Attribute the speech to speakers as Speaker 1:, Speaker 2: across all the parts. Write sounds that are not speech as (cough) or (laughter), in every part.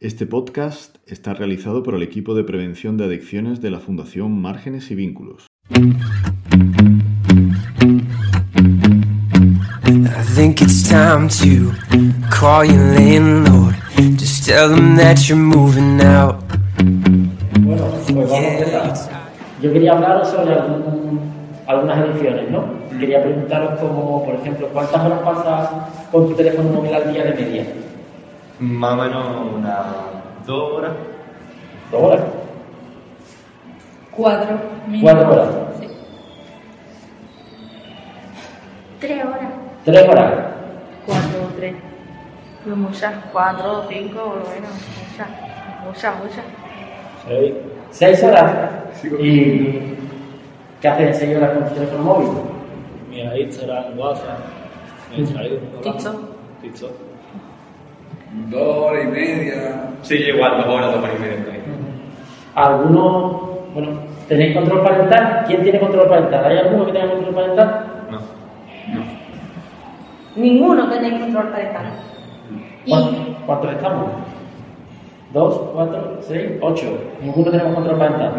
Speaker 1: Este podcast está realizado por el equipo de prevención de adicciones de la Fundación Márgenes y Vínculos.
Speaker 2: I think it's time to call your landlord. Just tell them that you're moving out.
Speaker 3: Bueno, pues vamos a empezar. Yo quería hablaros sobre algún- algunas ediciones, ¿no? Quería preguntaros como, por ejemplo, ¿cuántas horas pasas con tu teléfono móvil al día de media?
Speaker 4: Más o menos unas dos horas.
Speaker 3: ¿Dos horas?
Speaker 5: Cuatro. mínimo.
Speaker 3: ¿Cuatro horas?
Speaker 5: Sí.
Speaker 6: Tres horas.
Speaker 3: ¿Tres horas?
Speaker 5: Cuatro o tres.
Speaker 6: Pues muchas, cuatro o cinco, por lo menos. Muchas, muchas, muchas.
Speaker 3: ¿Seis? ¿Seis horas? ¿Y qué haces en seis horas con tu teléfono móvil?
Speaker 7: Mira Instagram, WhatsApp, me distraigo.
Speaker 5: TikTok.
Speaker 7: TikTok.
Speaker 8: Dos horas y media.
Speaker 4: Sí, yo igual, dos horas, dos horas y media. por ahí.
Speaker 3: ¿Alguno, bueno, tenéis control parental? ¿Quién tiene control parental? ¿Hay alguno que tenga control parental?
Speaker 4: No.
Speaker 9: Ninguno tiene control parental.
Speaker 3: ¿Cuán- ¿Cuántos estamos? ¿Dos, cuatro, seis, ocho? Ninguno tenemos control parental.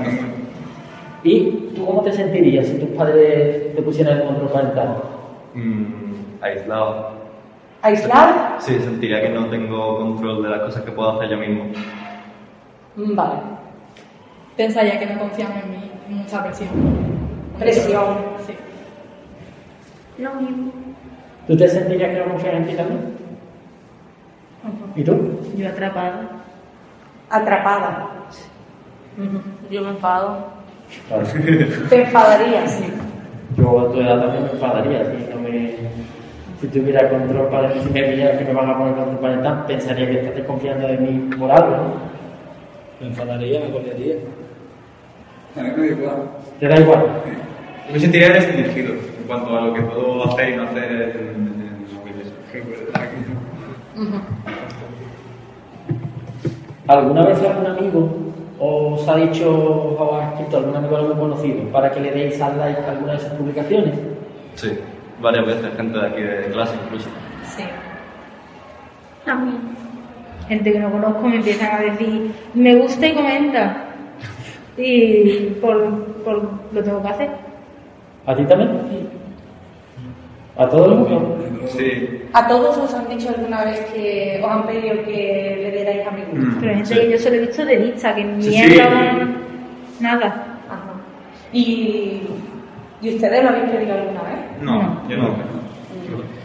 Speaker 3: ¿Y tú cómo te sentirías si tus padres te pusieran el control parental?
Speaker 4: Mm, aislado.
Speaker 9: ¿Aislar?
Speaker 4: Sí, sentiría que no tengo control de las cosas que puedo hacer yo mismo.
Speaker 9: Mm, Vale.
Speaker 5: Pensaría que no confían en mí. Mucha presión.
Speaker 9: Presión.
Speaker 5: Sí.
Speaker 6: Lo mismo.
Speaker 3: ¿Tú te sentirías que no confían en ti también? ¿Y tú?
Speaker 6: Yo atrapada.
Speaker 9: Atrapada.
Speaker 6: Yo me enfado.
Speaker 9: Te enfadarías. Sí.
Speaker 3: Yo a tu edad también me enfadaría si no me... Si tuviera control parental, si me pillaran que me van a poner control parental, pensaría que estás desconfiando de mí por algo. ¿no?
Speaker 7: Me enfadaría, me golpearía.
Speaker 8: A mí me da igual.
Speaker 3: ¿Te da igual?
Speaker 4: Yo me sentiría restringido en cuanto a lo que puedo hacer y no hacer en, en los móviles.
Speaker 8: Que puede estar aquí.
Speaker 3: ¿Alguna vez algún amigo os ha dicho o ha escrito algún amigo algo conocido para que le deis al like a alguna de sus publicaciones?
Speaker 4: Sí, varias veces, gente de aquí de clase incluso.
Speaker 5: Sí.
Speaker 6: También.
Speaker 10: gente que no conozco me empiezan a decir, me gusta y comenta. Y por, por lo tengo que hacer.
Speaker 3: ¿A ti también? ¿A todo el mundo?
Speaker 4: Sí.
Speaker 9: ¿A todos os han dicho alguna vez que os han pedido que le dierais a mi gusto?
Speaker 4: Mm.
Speaker 10: Pero hay gente
Speaker 4: Sí.
Speaker 10: que yo solo he visto de vista, que ni
Speaker 4: Sí,
Speaker 10: he
Speaker 4: sí.
Speaker 10: hablado nada.
Speaker 9: Ajá. ¿Y, ¿Y ustedes lo habéis pedido alguna vez?
Speaker 4: No,
Speaker 10: No.
Speaker 4: yo no.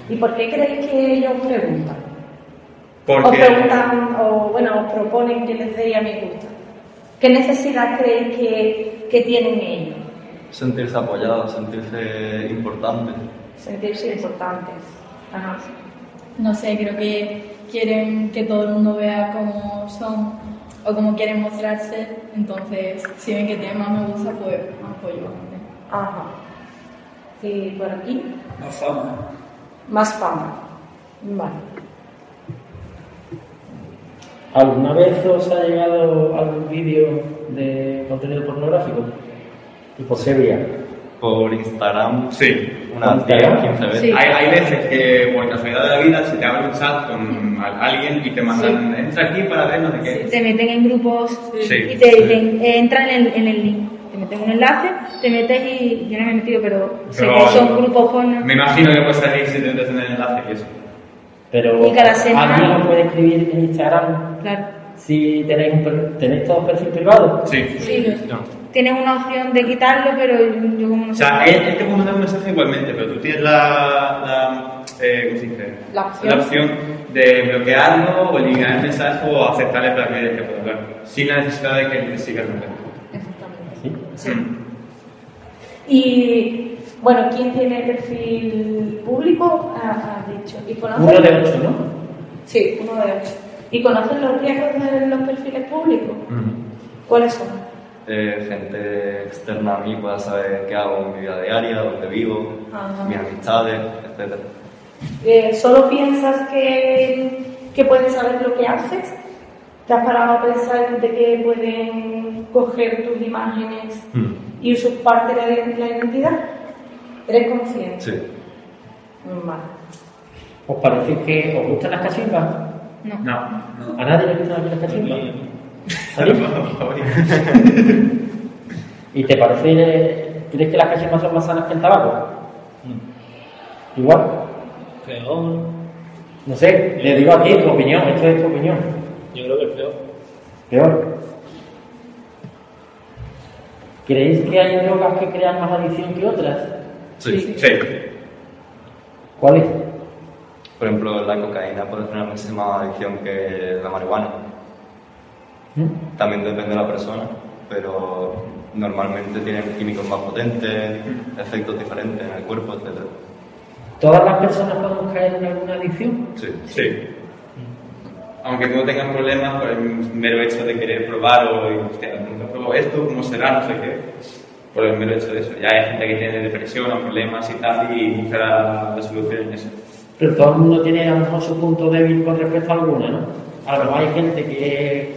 Speaker 9: ¿Y por qué creéis que ellos preguntan? Os
Speaker 4: Porque
Speaker 9: preguntan, o bueno, os proponen que les deis a mi gusto. ¿Qué necesidad creéis que, que tienen ellos?
Speaker 4: sentirse apoyado, sentirse importante.
Speaker 9: Sentirse importantes. Ajá.
Speaker 5: No sé, creo que quieren que todo el mundo vea cómo son o cómo quieren mostrarse. Entonces, si ven que tienen más me gusta, pues apoyo.
Speaker 9: Ajá. Y por aquí,
Speaker 8: Más fama.
Speaker 9: más fama. Vale.
Speaker 3: ¿Alguna vez os ha llegado algún vídeo de contenido pornográfico? ¿Y por qué vía?
Speaker 4: Por Instagram, sí,
Speaker 3: ¿Por
Speaker 4: unas 10
Speaker 3: Instagram?
Speaker 4: 15 veces.
Speaker 10: Sí.
Speaker 11: Hay, hay veces que por casualidad de la vida se te abre un chat con al- alguien y te mandan, entra aquí para ver no sé qué.
Speaker 10: Te meten en grupos
Speaker 11: Sí,
Speaker 10: y te
Speaker 11: sí.
Speaker 10: dicen, "Eh, entra en el, en el link. Te meten un enlace, te metes y yo no me he metido, pero, sé
Speaker 11: Pero-
Speaker 10: que son grupos porno.
Speaker 11: Me imagino que puede salir si te entras en el enlace y eso.
Speaker 3: Pero
Speaker 10: Y cada semana-
Speaker 3: ¿alguien os puede escribir en Instagram
Speaker 10: Claro.
Speaker 3: si tenéis, un per- tenéis todos perfil privado?
Speaker 11: Sí.
Speaker 10: Sí.
Speaker 11: No.
Speaker 10: Tienes una opción de quitarlo, pero yo como no
Speaker 11: O
Speaker 10: sé.
Speaker 11: sea, él, él te puede mandar un mensaje igualmente, pero tú tienes la, la, eh, ¿cómo se dice?
Speaker 9: La opción.
Speaker 11: de bloquearlo o eliminar el mensaje o aceptarle para que te pueda hablar, sin la necesidad de que te sigas hablando.
Speaker 9: Exactamente.
Speaker 3: ¿Sí?
Speaker 9: Sí.
Speaker 11: Mm.
Speaker 9: Y bueno, ¿quién tiene perfil público? Ah, has dicho. ¿Y conocen?
Speaker 3: Uno de ocho, ¿no?
Speaker 9: Sí, uno de ocho. ¿Y conocen los riesgos de los perfiles públicos? ¿Cuáles son?
Speaker 4: Eh, gente externa a mí pueda saber qué hago en mi vida diaria, dónde vivo,
Speaker 9: Ajá.
Speaker 4: mis amistades, etc.
Speaker 9: Eh, ¿Solo piensas que, que pueden saber lo que haces? ¿Te has parado a pensar de que pueden coger tus imágenes
Speaker 11: Mm.
Speaker 9: y usurparte la, la identidad? ¿Eres consciente?
Speaker 4: Sí.
Speaker 9: Vale.
Speaker 3: ¿Os parece que os gustan las cachimbas?
Speaker 10: No.
Speaker 11: No.
Speaker 3: ¿A nadie le gusta la cachimba? ¿A ti? (laughs) ¿Y te parece, eh, crees que las cachimbas son más sanas que el tabaco? Igual,
Speaker 7: Mm. Peor.
Speaker 3: no sé, le digo aquí tu opinión, esto es tu opinión.
Speaker 7: Yo creo que es peor.
Speaker 3: Peor. ¿Creéis que hay drogas que crean más adicción que otras?
Speaker 4: Sí. sí.
Speaker 3: ¿Cuáles?
Speaker 4: Por ejemplo, la cocaína puede tener muchísima más adicción que la marihuana.
Speaker 3: ¿Mm?
Speaker 4: También depende de la persona, pero normalmente tienen químicos más potentes, efectos diferentes en el cuerpo, etc.
Speaker 3: ¿Todas las personas podemos caer en alguna adicción?
Speaker 11: Sí. Aunque tú no tengas problemas por el mero hecho de querer probar o, hostia, nunca probado esto, ¿cómo será? No sé qué. Por el mero hecho de eso. Ya hay gente que tiene depresión o problemas y tal y busca la, la solución en eso.
Speaker 3: Pero todo el mundo tiene a lo mejor su punto débil con respecto a alguna, ¿no? A lo mejor hay gente que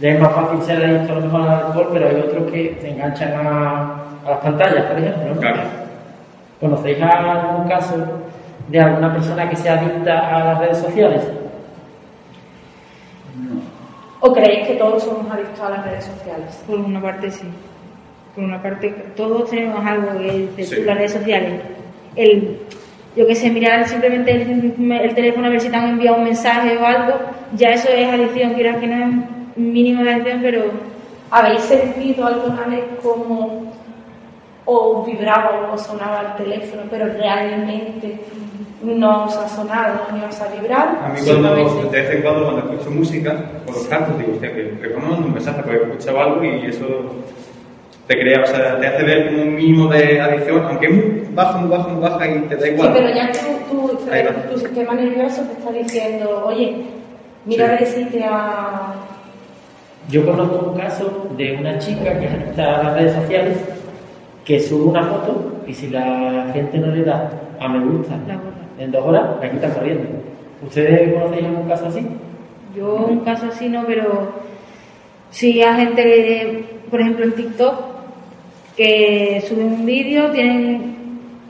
Speaker 3: le es más fácil ser adicto a lo mejor al alcohol, pero hay otros que se enganchan a, a las pantallas, por ejemplo, ¿no?
Speaker 11: Claro.
Speaker 3: ¿Conocéis a algún caso de alguna persona que sea adicta a las redes sociales?
Speaker 9: ¿O creéis que todos somos adictos a las redes sociales?
Speaker 10: Por una parte sí. Por una parte, todos tenemos algo de, de
Speaker 9: Sí.
Speaker 10: las redes sociales. El, yo qué sé, mirar simplemente el, el teléfono a ver si te han enviado un mensaje o algo, ya eso es adicción, quieras que no es mínimo de adicción, pero...
Speaker 9: ¿Habéis sentido alguna vez como o vibraba o sonaba el teléfono, pero realmente no os ha sonado ni os ha vibrado?
Speaker 11: A mí
Speaker 9: Simplemente-
Speaker 11: cuando, de vez en cuando cuando escucho música, por los cantos, digo, hostia, que, que cómo no empezaste, porque he escuchado algo y eso te crea, o sea, te hace ver como un mínimo de adicción, aunque es muy bajo, muy bajo, muy baja y te da
Speaker 9: Sí,
Speaker 11: igual.
Speaker 9: pero ya tu, tu,
Speaker 11: Ahí va.
Speaker 9: tu sistema nervioso te está diciendo, oye, mira
Speaker 3: Sí.
Speaker 9: a ver si te ha...
Speaker 3: Yo conozco un caso de una chica que es adicta a las redes sociales que sube una foto y si la gente no le da a me gusta en dos horas, la quitan corriendo. ¿Ustedes conocéis algún caso así?
Speaker 10: Yo un caso así no, pero sí hay gente que, por ejemplo, en TikTok, que sube un vídeo, tienen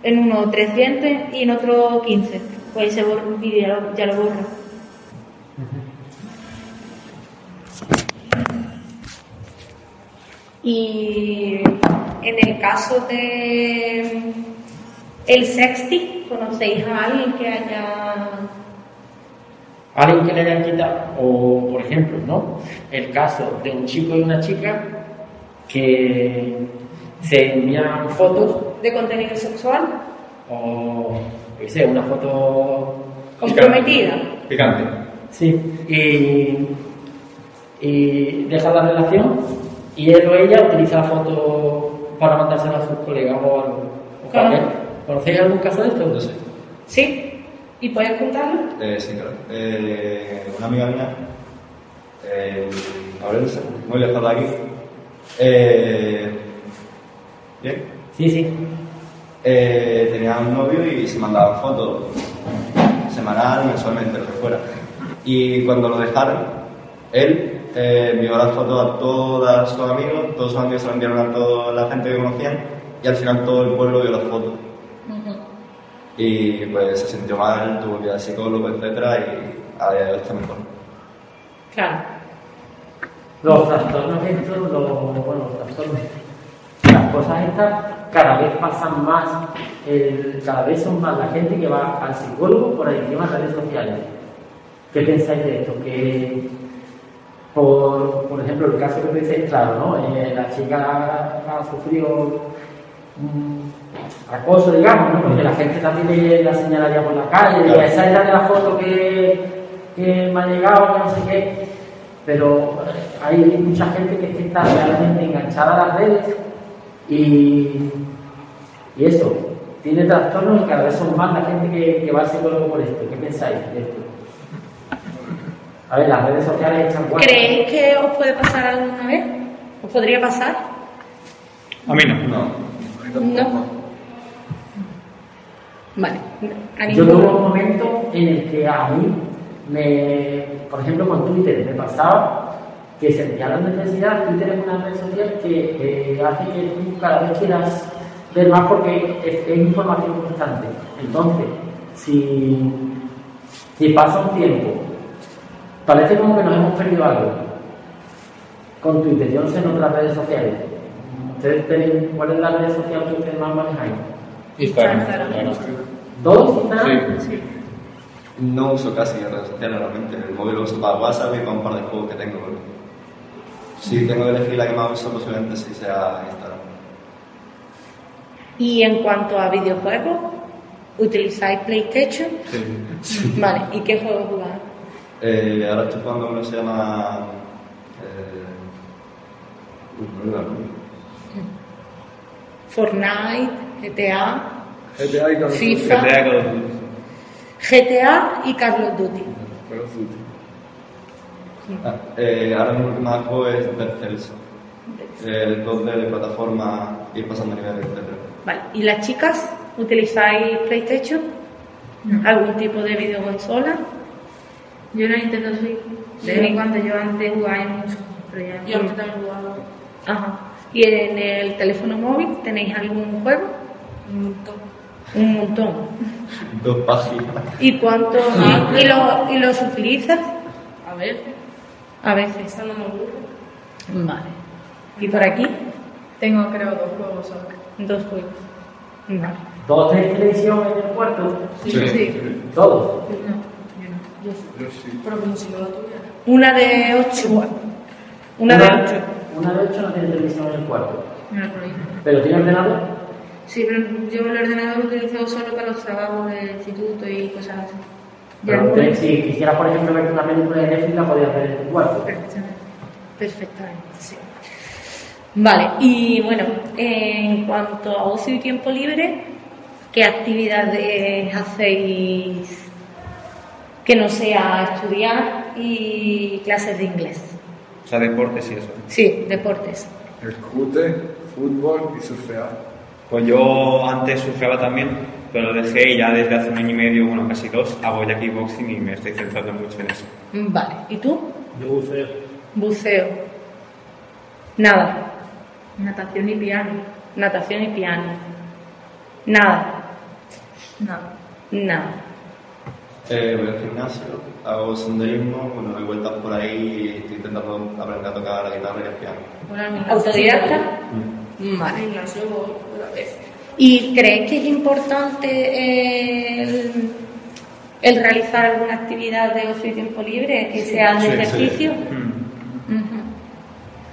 Speaker 10: en uno 300 y en otro 15. Pues ahí se borra un vídeo, ya lo, ya lo borra.
Speaker 9: Y
Speaker 10: en el caso de el sexting, ¿conocéis a alguien que haya
Speaker 3: Alguien que le hayan quitado, o por ejemplo, ¿no? El caso de un chico y una chica que se envían fotos
Speaker 9: de contenido sexual
Speaker 3: o, yo qué sé, una foto
Speaker 9: comprometida?
Speaker 11: Picante.
Speaker 3: Sí, y, y deja la relación y él o ella utiliza la foto para mandársela a sus colegas o algo. O
Speaker 9: Claro.
Speaker 3: cualquier. ¿Conocéis algún caso de esto? No sé.
Speaker 9: ¿Sí? ¿Y puedes contarlo?
Speaker 4: Eh, sí, claro. Eh, una amiga mía, eh, Aurelia, muy lejos de aquí. Eh, ¿Bien?
Speaker 3: Sí, sí.
Speaker 4: Eh, tenía un novio y se mandaban fotos semanal, mensualmente, lo que fuera. Y cuando lo dejaron, él eh, envió las fotos a todos sus amigos, todos sus amigos se las enviaron a toda la gente que conocían y al final todo el pueblo vio las fotos. Y pues se sintió mal, tuvo que ir al psicólogo, etcétera Y a día de hoy está mejor.
Speaker 9: Claro.
Speaker 3: Los trastornos estos, los, bueno, los trastornos, las cosas estas cada vez pasan más, el- cada vez son más la gente que va al psicólogo por adicción a las redes sociales. ¿Qué pensáis de esto? Que, por, por ejemplo, el caso que tú dices, claro, ¿no? Eh, la chica ha sufrido mm, acoso, digamos, ¿no? Porque la gente también le, la señala ya por la calle,
Speaker 4: Claro.
Speaker 3: diga, esa es la de la foto que, que me ha llegado, que no sé qué. Pero eh, hay mucha gente que es que está realmente enganchada a las redes y, y eso, tiene trastornos y cada vez son más la gente que, que va al psicólogo por esto. ¿Qué pensáis de esto? A ver, las redes sociales están guapas.
Speaker 10: ¿Creéis que os puede pasar alguna vez? ¿Os podría pasar?
Speaker 11: A mí no.
Speaker 10: No. Vale. A
Speaker 3: Yo
Speaker 10: ninguno.
Speaker 3: tuve un momento en el que a mí, me, por ejemplo, con Twitter me pasaba que sentía la necesidad. Twitter es una red social que eh, hace que tú cada vez quieras ver más porque es, es información constante. Entonces, si, si pasa un tiempo Parece como que nos hemos perdido algo. Con Twitter, yo no sé en otras redes sociales. ¿Ustedes tenéis, cuál es la red social que ustedes más manejáis?
Speaker 4: Instagram.
Speaker 3: ¿Dos
Speaker 9: Ah.
Speaker 3: Instagram?
Speaker 4: Sí. No uso casi redes sociales realmente. El móvil lo uso para WhatsApp y para un par de juegos que tengo. pero Si tengo que elegir la que más uso, posiblemente sí sea Instagram.
Speaker 10: Y en cuanto a videojuegos, ¿utilizáis PlayStation? Vale, ¿y qué juego jugáis?
Speaker 4: Eh, ahora estoy jugando uno que se llama. eh, uy, no me acuerdo.
Speaker 10: Fortnite, GTA,
Speaker 8: GTA y Call of Duty.
Speaker 10: FIFA. GTA y Call GTA y Call of Duty.
Speaker 8: Call of Duty.
Speaker 4: Ah, eh, ahora mismo el que más juego es Dead Cells. El 2D de plataforma, ir pasando niveles, etc.
Speaker 10: Vale, ¿y las chicas utilizáis PlayStation? ¿Algún tipo de videoconsola?
Speaker 6: Yo la Nintendo Switch. De
Speaker 10: Sí.
Speaker 6: vez en cuando yo antes jugaba mucho. Pero ya no.
Speaker 10: Yo
Speaker 6: también jugaba.
Speaker 10: Ajá. ¿Y en el teléfono móvil tenéis algún juego? Un montón. Un montón.
Speaker 4: Dos páginas.
Speaker 10: ¿Y cuánto?
Speaker 4: Ah.
Speaker 10: ¿Y, lo- y los utilizas?
Speaker 6: A ver.
Speaker 10: A veces.
Speaker 6: Esa no me gusta.
Speaker 10: Vale. ¿Y por aquí?
Speaker 5: Tengo creo dos juegos solo.
Speaker 10: Dos juegos. Vale.
Speaker 3: ¿Todos tenéis televisión en el cuarto?
Speaker 5: Sí. Sí. Sí.
Speaker 3: ¿Todos?
Speaker 5: Yo sí. Pero como si no la tuviera.
Speaker 10: Una de ocho. Una de ocho.
Speaker 3: Una de ocho no tiene televisión en el cuarto. ¿Pero tiene ordenador?
Speaker 6: Sí, pero yo el ordenador lo utilizo solo para los trabajos del instituto y cosas así.
Speaker 3: Pero
Speaker 6: no-
Speaker 3: usted, si quisieras, por ejemplo, ver una película de Netflix, la podías ver en tu cuarto.
Speaker 10: Perfectamente, sí. Vale, y bueno, en cuanto a ocio y tiempo libre, ¿qué actividades hacéis que no sea estudiar y clases de inglés?
Speaker 11: O sea, deportes y eso.
Speaker 10: Sí, deportes.
Speaker 8: El cute, fútbol y surfear.
Speaker 11: Pues yo antes surfeaba también, pero lo dejé y ya desde hace un año y medio, bueno, casi dos, hago ya kickboxing y me estoy centrando mucho en eso.
Speaker 10: Vale, ¿y tú?
Speaker 7: Yo buceo.
Speaker 10: Buceo. Nada.
Speaker 6: Natación y piano.
Speaker 10: Natación y piano. Nada,
Speaker 6: Nada.
Speaker 10: nada.
Speaker 4: Eh, voy al gimnasio, hago senderismo, bueno, doy vueltas por ahí y estoy intentando aprender a tocar la guitarra y el piano.
Speaker 10: ¿Autodidacta?
Speaker 6: Mm.
Speaker 10: Vale. ¿Y crees que es importante el, el realizar alguna actividad de ocio y tiempo libre que sea de
Speaker 11: Sí, sí.
Speaker 10: ejercicio? Ujú.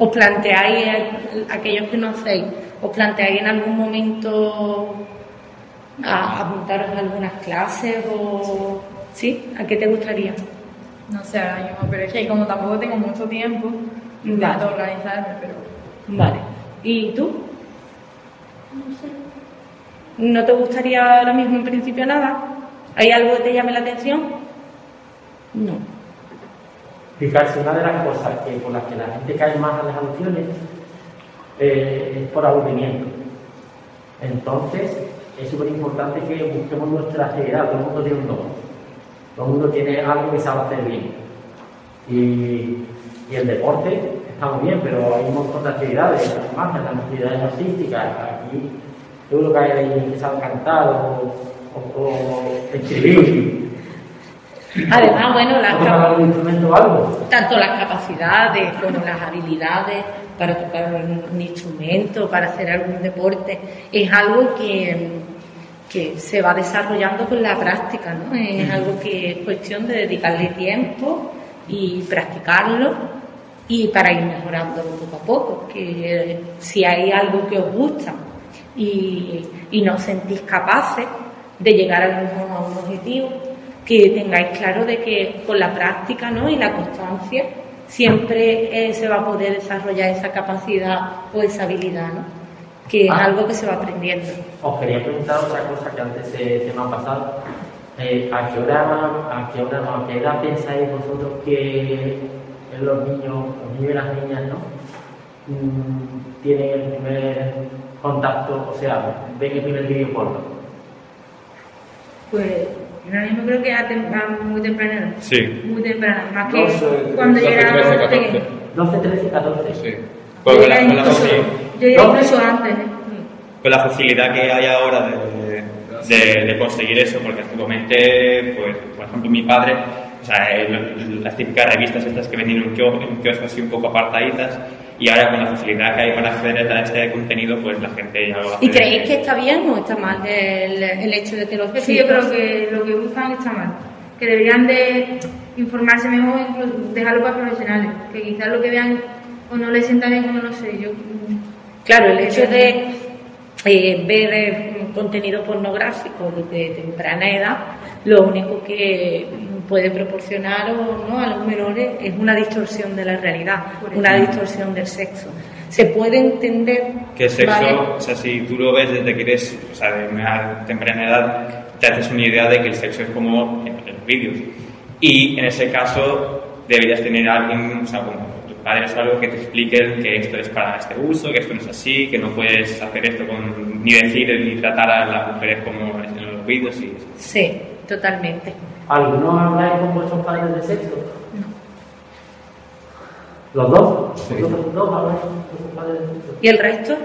Speaker 10: ¿Os planteáis, eh, aquellos que no hacéis, os planteáis en algún momento a apuntaros a algunas clases o... ¿Sí? ¿A qué te gustaría?
Speaker 5: No sé, ahora mismo, pero es que como tampoco tengo mucho tiempo, intento organizarme, pero
Speaker 10: Vale. ¿Y tú? ¿No te gustaría ahora mismo en principio nada? ¿Hay algo que te llame la atención? No.
Speaker 3: Fijarse, una de las cosas que, por las que la gente cae más a las adicciones eh, es por aburrimiento. Entonces, es súper importante que busquemos nuestra actividad. Todo el mundo tiene un don. Todo el mundo tiene algo que sabe hacer bien. Y, y el deporte está muy bien, pero hay un montón de actividades, las mafias, las actividades artísticas. Aquí seguro que hay que sabe cantar o, o- o escribir.
Speaker 10: Además, bueno, las
Speaker 3: ¿O tocar
Speaker 10: capa-
Speaker 3: algún instrumento o algo.
Speaker 10: tanto las capacidades como las habilidades para tocar un instrumento, para hacer algún deporte, es algo que, que se va desarrollando con la práctica, ¿no? Es algo que es cuestión de dedicarle tiempo y practicarlo y para ir mejorando poco a poco, que si hay algo que os gusta y, y no os sentís capaces de llegar a un- a un objetivo, que tengáis claro de que con la práctica ¿no? y la constancia siempre eh, se va a poder desarrollar esa capacidad o esa habilidad, ¿no? que es
Speaker 3: Ah.
Speaker 10: algo que se va aprendiendo.
Speaker 3: Os quería preguntar otra cosa que antes se, se me ha pasado. Eh, ¿A qué hora, a qué hora, no, a qué edad pensáis vosotros que los niños, los niños y las niñas, ¿no? Mm, tienen el primer contacto, o sea, ven el primer vídeo porno.
Speaker 6: Pues yo ahora mismo creo que a, tem- a muy temprano.
Speaker 11: Sí.
Speaker 6: Muy temprano. Más que
Speaker 11: 12,
Speaker 6: cuando yo
Speaker 11: 12,
Speaker 6: era
Speaker 11: 13,
Speaker 6: más
Speaker 11: 14.
Speaker 6: pequeña.
Speaker 3: 12, 13, 14.
Speaker 11: Sí. Pues con la, con la facil-
Speaker 6: Yo era incluso antes. ¿eh?
Speaker 11: con la facilidad que hay ahora de, de- de conseguir eso, porque antiguamente, pues, por ejemplo, mi padre o sea, el- las típicas revistas estas que venden en un kiosco, en un kiosco así un poco apartaditas, y ahora con la facilidad que hay para acceder a este contenido, pues la gente ya lo
Speaker 12: ¿Y
Speaker 11: accede.
Speaker 12: creéis que está bien o está mal el, el hecho de que los
Speaker 6: Sí, yo
Speaker 5: pues.
Speaker 6: creo que lo que buscan está mal. Que deberían de informarse mejor, incluso dejarlo para profesionales. Que quizás lo que vean o no les sienta bien, o no lo sé. Yo,
Speaker 10: Claro, el hecho de eh, ver eh, contenido pornográfico desde temprana edad, lo único que puede proporcionar o no a los menores es una distorsión de la realidad, una distorsión del sexo. Se puede entender
Speaker 11: Que el sexo,
Speaker 10: ¿vale?
Speaker 11: o sea, si tú lo ves desde que eres, o sea, de una temprana edad, te haces una idea de que el sexo es como en los vídeos. Y en ese caso, deberías tener a alguien, o sea, como tus padres o algo que te expliquen que esto es para este uso, que esto no es así, que no puedes hacer esto con, ni decir ni tratar a las mujeres como en los vídeos y eso.
Speaker 10: Sí, totalmente.
Speaker 3: ¿Alguno habláis con vuestros padres de sexo? ¿Los dos? ¿Los dos habláis con vuestros padres de sexo?
Speaker 10: ¿Y el resto?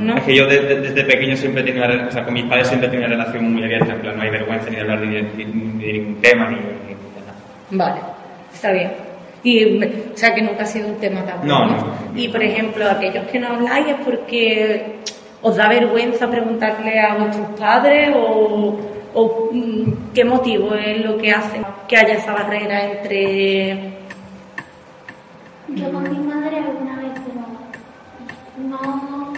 Speaker 10: ¿No?
Speaker 11: Es que yo de- de- desde pequeño siempre tenía una, re- o sea, con mis padres siempre tenía una relación muy abierta, en plan, no hay vergüenza ni de hablar de, de- de ningún tema, ni, ni de nada.
Speaker 10: Vale, está bien. Y, o sea, que nunca ha sido un tema tabú.
Speaker 11: No,
Speaker 10: Y, por ejemplo, aquellos que no habláis es porque os da vergüenza preguntarle a vuestros padres o, o, mm, qué motivo es lo que hace que haya esa barrera entre...
Speaker 13: Yo con mi madre alguna vez, pero no.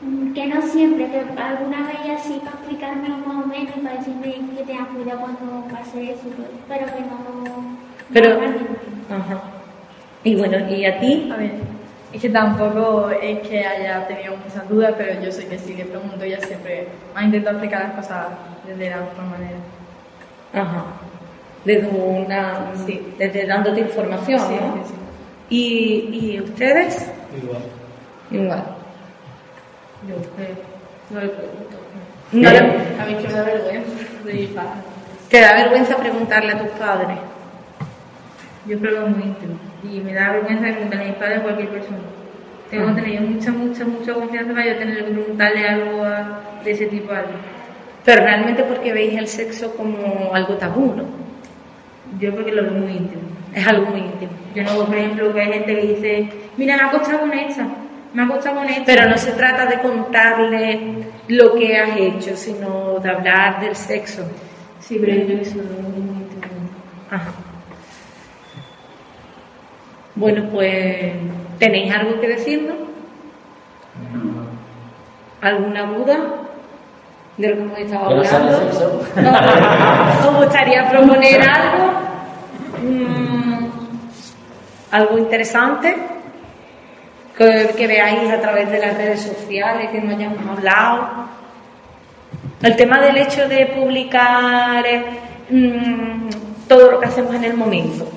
Speaker 13: mm, Que no siempre, que alguna vez ella sí para explicarme más o menos y para decirme que tenga cuidado cuando pase eso, pero que no.
Speaker 10: Pero-
Speaker 13: normalmente.
Speaker 10: Ajá. Y bueno, ¿y a ti?
Speaker 14: A ver, es que tampoco es que haya tenido muchas dudas, pero yo sé que si le pregunto ella siempre ha intentado explicar las cosas de la mejor manera.
Speaker 10: Ajá. Desde una... Desde dándote información,
Speaker 14: Sí,
Speaker 10: ¿no? ¿Y, ¿Y ustedes?
Speaker 15: Igual.
Speaker 10: Igual.
Speaker 6: yo eh, no le pregunto. ¿Eh?
Speaker 10: No le-
Speaker 6: A mí que me da vergüenza de ir para.
Speaker 10: ¿Te da vergüenza preguntarle a tus padres?
Speaker 6: Yo creo que es muy íntimo. Y me da vergüenza de preguntarle a mis padres a cualquier persona. Tengo que tener mucha, mucha, mucha confianza para yo tener que preguntarle algo a- de ese tipo a alguien.
Speaker 10: Pero realmente porque veis el sexo como algo tabú, ¿no?
Speaker 6: Yo creo que lo veo muy íntimo.
Speaker 10: Es algo muy íntimo.
Speaker 6: Yo no veo, por ejemplo, que hay gente que dice, mira, me ha costado con esta, me ha costado con esta.
Speaker 10: Pero no se trata de contarle lo que has hecho, sino de hablar del sexo.
Speaker 6: Sí, pero yo creo que eso lo veo muy íntimo.
Speaker 10: Ajá. Bueno, pues, ¿tenéis algo que decirnos? ¿Alguna duda de lo que hemos estado
Speaker 3: ¿Que no sabe
Speaker 10: hablando?
Speaker 3: sexo?
Speaker 10: No. ¿Os gustaría proponer algo? Mm, ¿Algo interesante? Que, que veáis a través de las redes sociales, que no hayamos hablado. El tema del hecho de publicar eh, mm, todo lo que hacemos en el momento.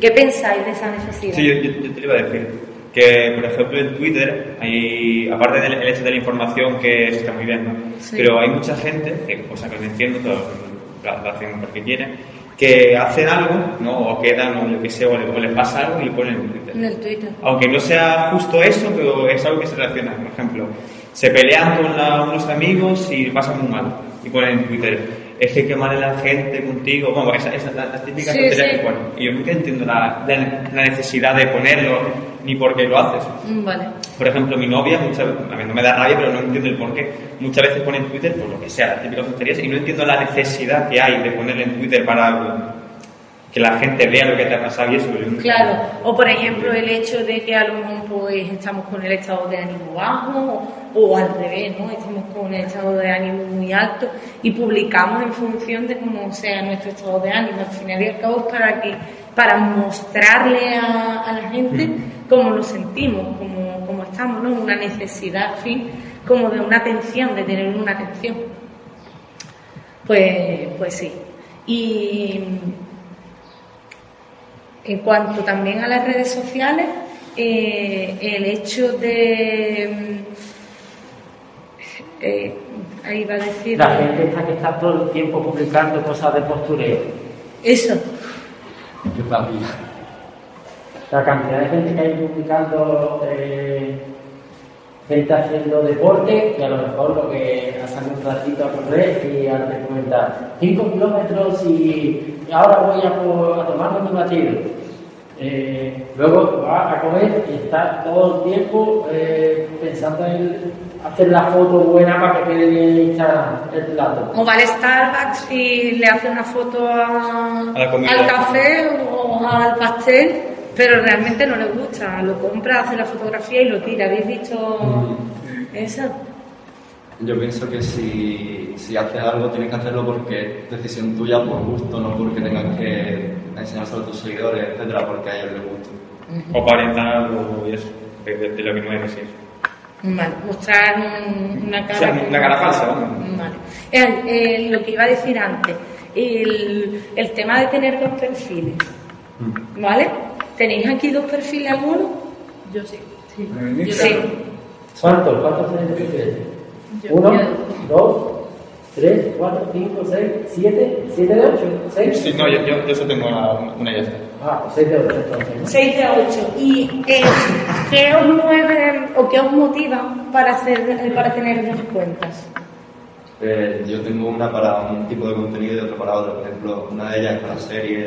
Speaker 10: ¿Qué pensáis de esa necesidad?
Speaker 11: Sí, yo, yo- yo te lo iba a decir. Que, por ejemplo, en Twitter, hay, aparte del el hecho de la información, que eso está muy bien, ¿no?
Speaker 9: Sí.
Speaker 11: pero hay mucha gente, que, cosa que no entiendo, todo, lo, lo hacen porque quieren, que hacen algo, ¿no? o quedan, o lo que sea, o le, o les pasa algo y lo ponen en Twitter.
Speaker 10: En el Twitter.
Speaker 11: Aunque no sea justo eso, pero es algo que se relaciona. Por ejemplo, se pelean con la- unos amigos y pasan muy mal. Y ponen en Twitter, es que qué mal es la gente contigo. Bueno, esas esa, las las típicas
Speaker 9: Sí,
Speaker 11: tonterías
Speaker 9: sí.
Speaker 11: que ponen. Y yo nunca entiendo la, la- la necesidad de ponerlo ni por qué lo haces.
Speaker 10: Mm, Vale.
Speaker 11: Por ejemplo, mi novia, muchas, a mí no me da rabia, pero no entiendo el por qué. Muchas veces pone en Twitter, por lo que sea, las típicas tonterías, y no entiendo la necesidad que hay de ponerlo en Twitter para que la gente vea lo que te ha pasado y eso. yo nunca-
Speaker 10: Claro, o por ejemplo el hecho de que a lo mejor pues, estamos con el estado de ánimo bajo o, o al revés, ¿no? Estamos con el estado de ánimo muy alto y publicamos en función de cómo sea nuestro estado de ánimo. Al final y al cabo es para, que, para mostrarle a, a la gente cómo nos sentimos, cómo, cómo estamos, ¿no? Una necesidad, en fin, como de una atención, de tener una atención. Pues, pues sí. Y mm, en cuanto también a las redes sociales, eh, el hecho de. mm, eh, ahí va a decir.
Speaker 3: La gente está que está todo el tiempo publicando cosas de postureo.
Speaker 10: Eso.
Speaker 3: Qué familia. La cantidad de gente que hay publicando eh, vete haciendo deporte y a lo mejor lo que haces un ratito a correr y ahora te comenta 5 kilómetros y ahora voy a, por- a tomarme mi batido. Eh, luego va a comer y está todo el tiempo eh, pensando en hacer la foto buena para que quede en Instagram el plato.
Speaker 6: O va al Starbucks y le hace una foto a-
Speaker 3: A la comida.
Speaker 6: al café o al pastel, pero realmente no le gusta. Lo compra, hace la fotografía y lo tira. ¿Habéis visto
Speaker 3: Mm.
Speaker 6: eso?
Speaker 4: Yo pienso que si, si haces algo tienes que hacerlo porque es decisión tuya por gusto, no porque tengas que enseñárselo a tus seguidores, etcétera, porque a ellos les gusta.
Speaker 11: O para orientar algo y eso, de, de- de lo que no es decir.
Speaker 6: Vale, mostrar un- una cara.
Speaker 11: O sea, una cara falsa, vamos.
Speaker 6: Vale. El- el- lo que iba a decir antes, el, el tema de tener dos perfiles.
Speaker 11: Mm.
Speaker 6: ¿Vale? ¿Tenéis aquí dos perfiles alguno? Yo sí. Sí. Yo sí.
Speaker 3: ¿Cuántos? ¿Cuántos tenés que hacer?
Speaker 6: Yo-
Speaker 3: Uno,
Speaker 6: yo-
Speaker 3: dos, tres, cuatro, cinco, seis, siete, siete de ocho, seis.
Speaker 11: Sí, no, yo, yo, yo solo tengo una, una y ya está.
Speaker 3: Ah, pues seis de ocho entonces. ¿no?
Speaker 10: 6 de 8. ¿Y eh, qué os mueve o qué os motiva para, hacer, eh, para tener dos cuentas?
Speaker 4: Eh, yo tengo una para un tipo de contenido y otra para otro. Por ejemplo, una de ellas es para series,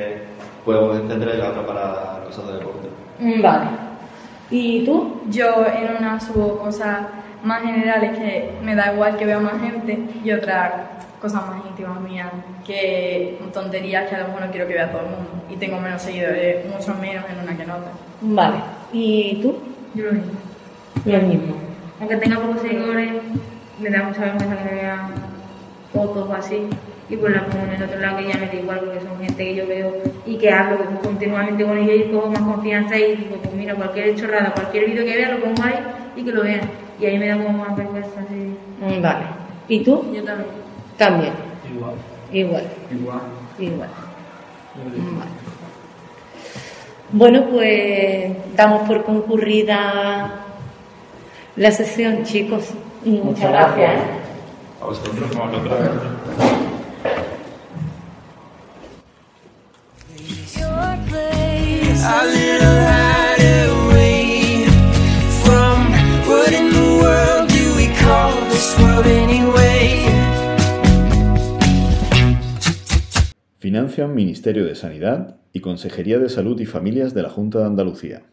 Speaker 4: juegos, etcétera, y la otra para cosas de deporte.
Speaker 10: Mm, Vale. ¿Y tú?
Speaker 5: Yo en una subo cosas más generales que me da igual que vea más gente y otra cosas más íntimas mías que tonterías que a lo mejor no quiero que vea todo el mundo y tengo menos seguidores, mucho menos en una que en otra.
Speaker 10: Vale. ¿Y tú?
Speaker 6: Yo lo mismo.
Speaker 10: Lo mismo.
Speaker 6: Aunque tenga pocos seguidores, me da mucha vergüenza que me vean fotos o así. Y pues las pongo en el otro lado que ya me da igual porque son gente que yo veo y que hablo continuamente con ellos y cojo más confianza y digo, pues mira, cualquier chorrada, cualquier vídeo que vea lo pongo ahí y que lo vean. Y ahí me da como más vergüenza así.
Speaker 10: Mm, Vale. ¿Y tú?
Speaker 6: Yo también.
Speaker 10: También.
Speaker 7: Igual.
Speaker 10: Igual.
Speaker 7: Igual.
Speaker 10: Igual. Mm, Bueno, pues damos por concurrida la sesión, chicos. Y muchas,
Speaker 11: Muchas
Speaker 10: gracias.
Speaker 11: gracias.
Speaker 10: ¿eh?
Speaker 11: A vosotros, a vosotros.
Speaker 2: A little hideaway from what in the world do we call this world anyway?
Speaker 1: Financian Ministerio de Sanidad y Consejería de Salud y Familias de la Junta de Andalucía.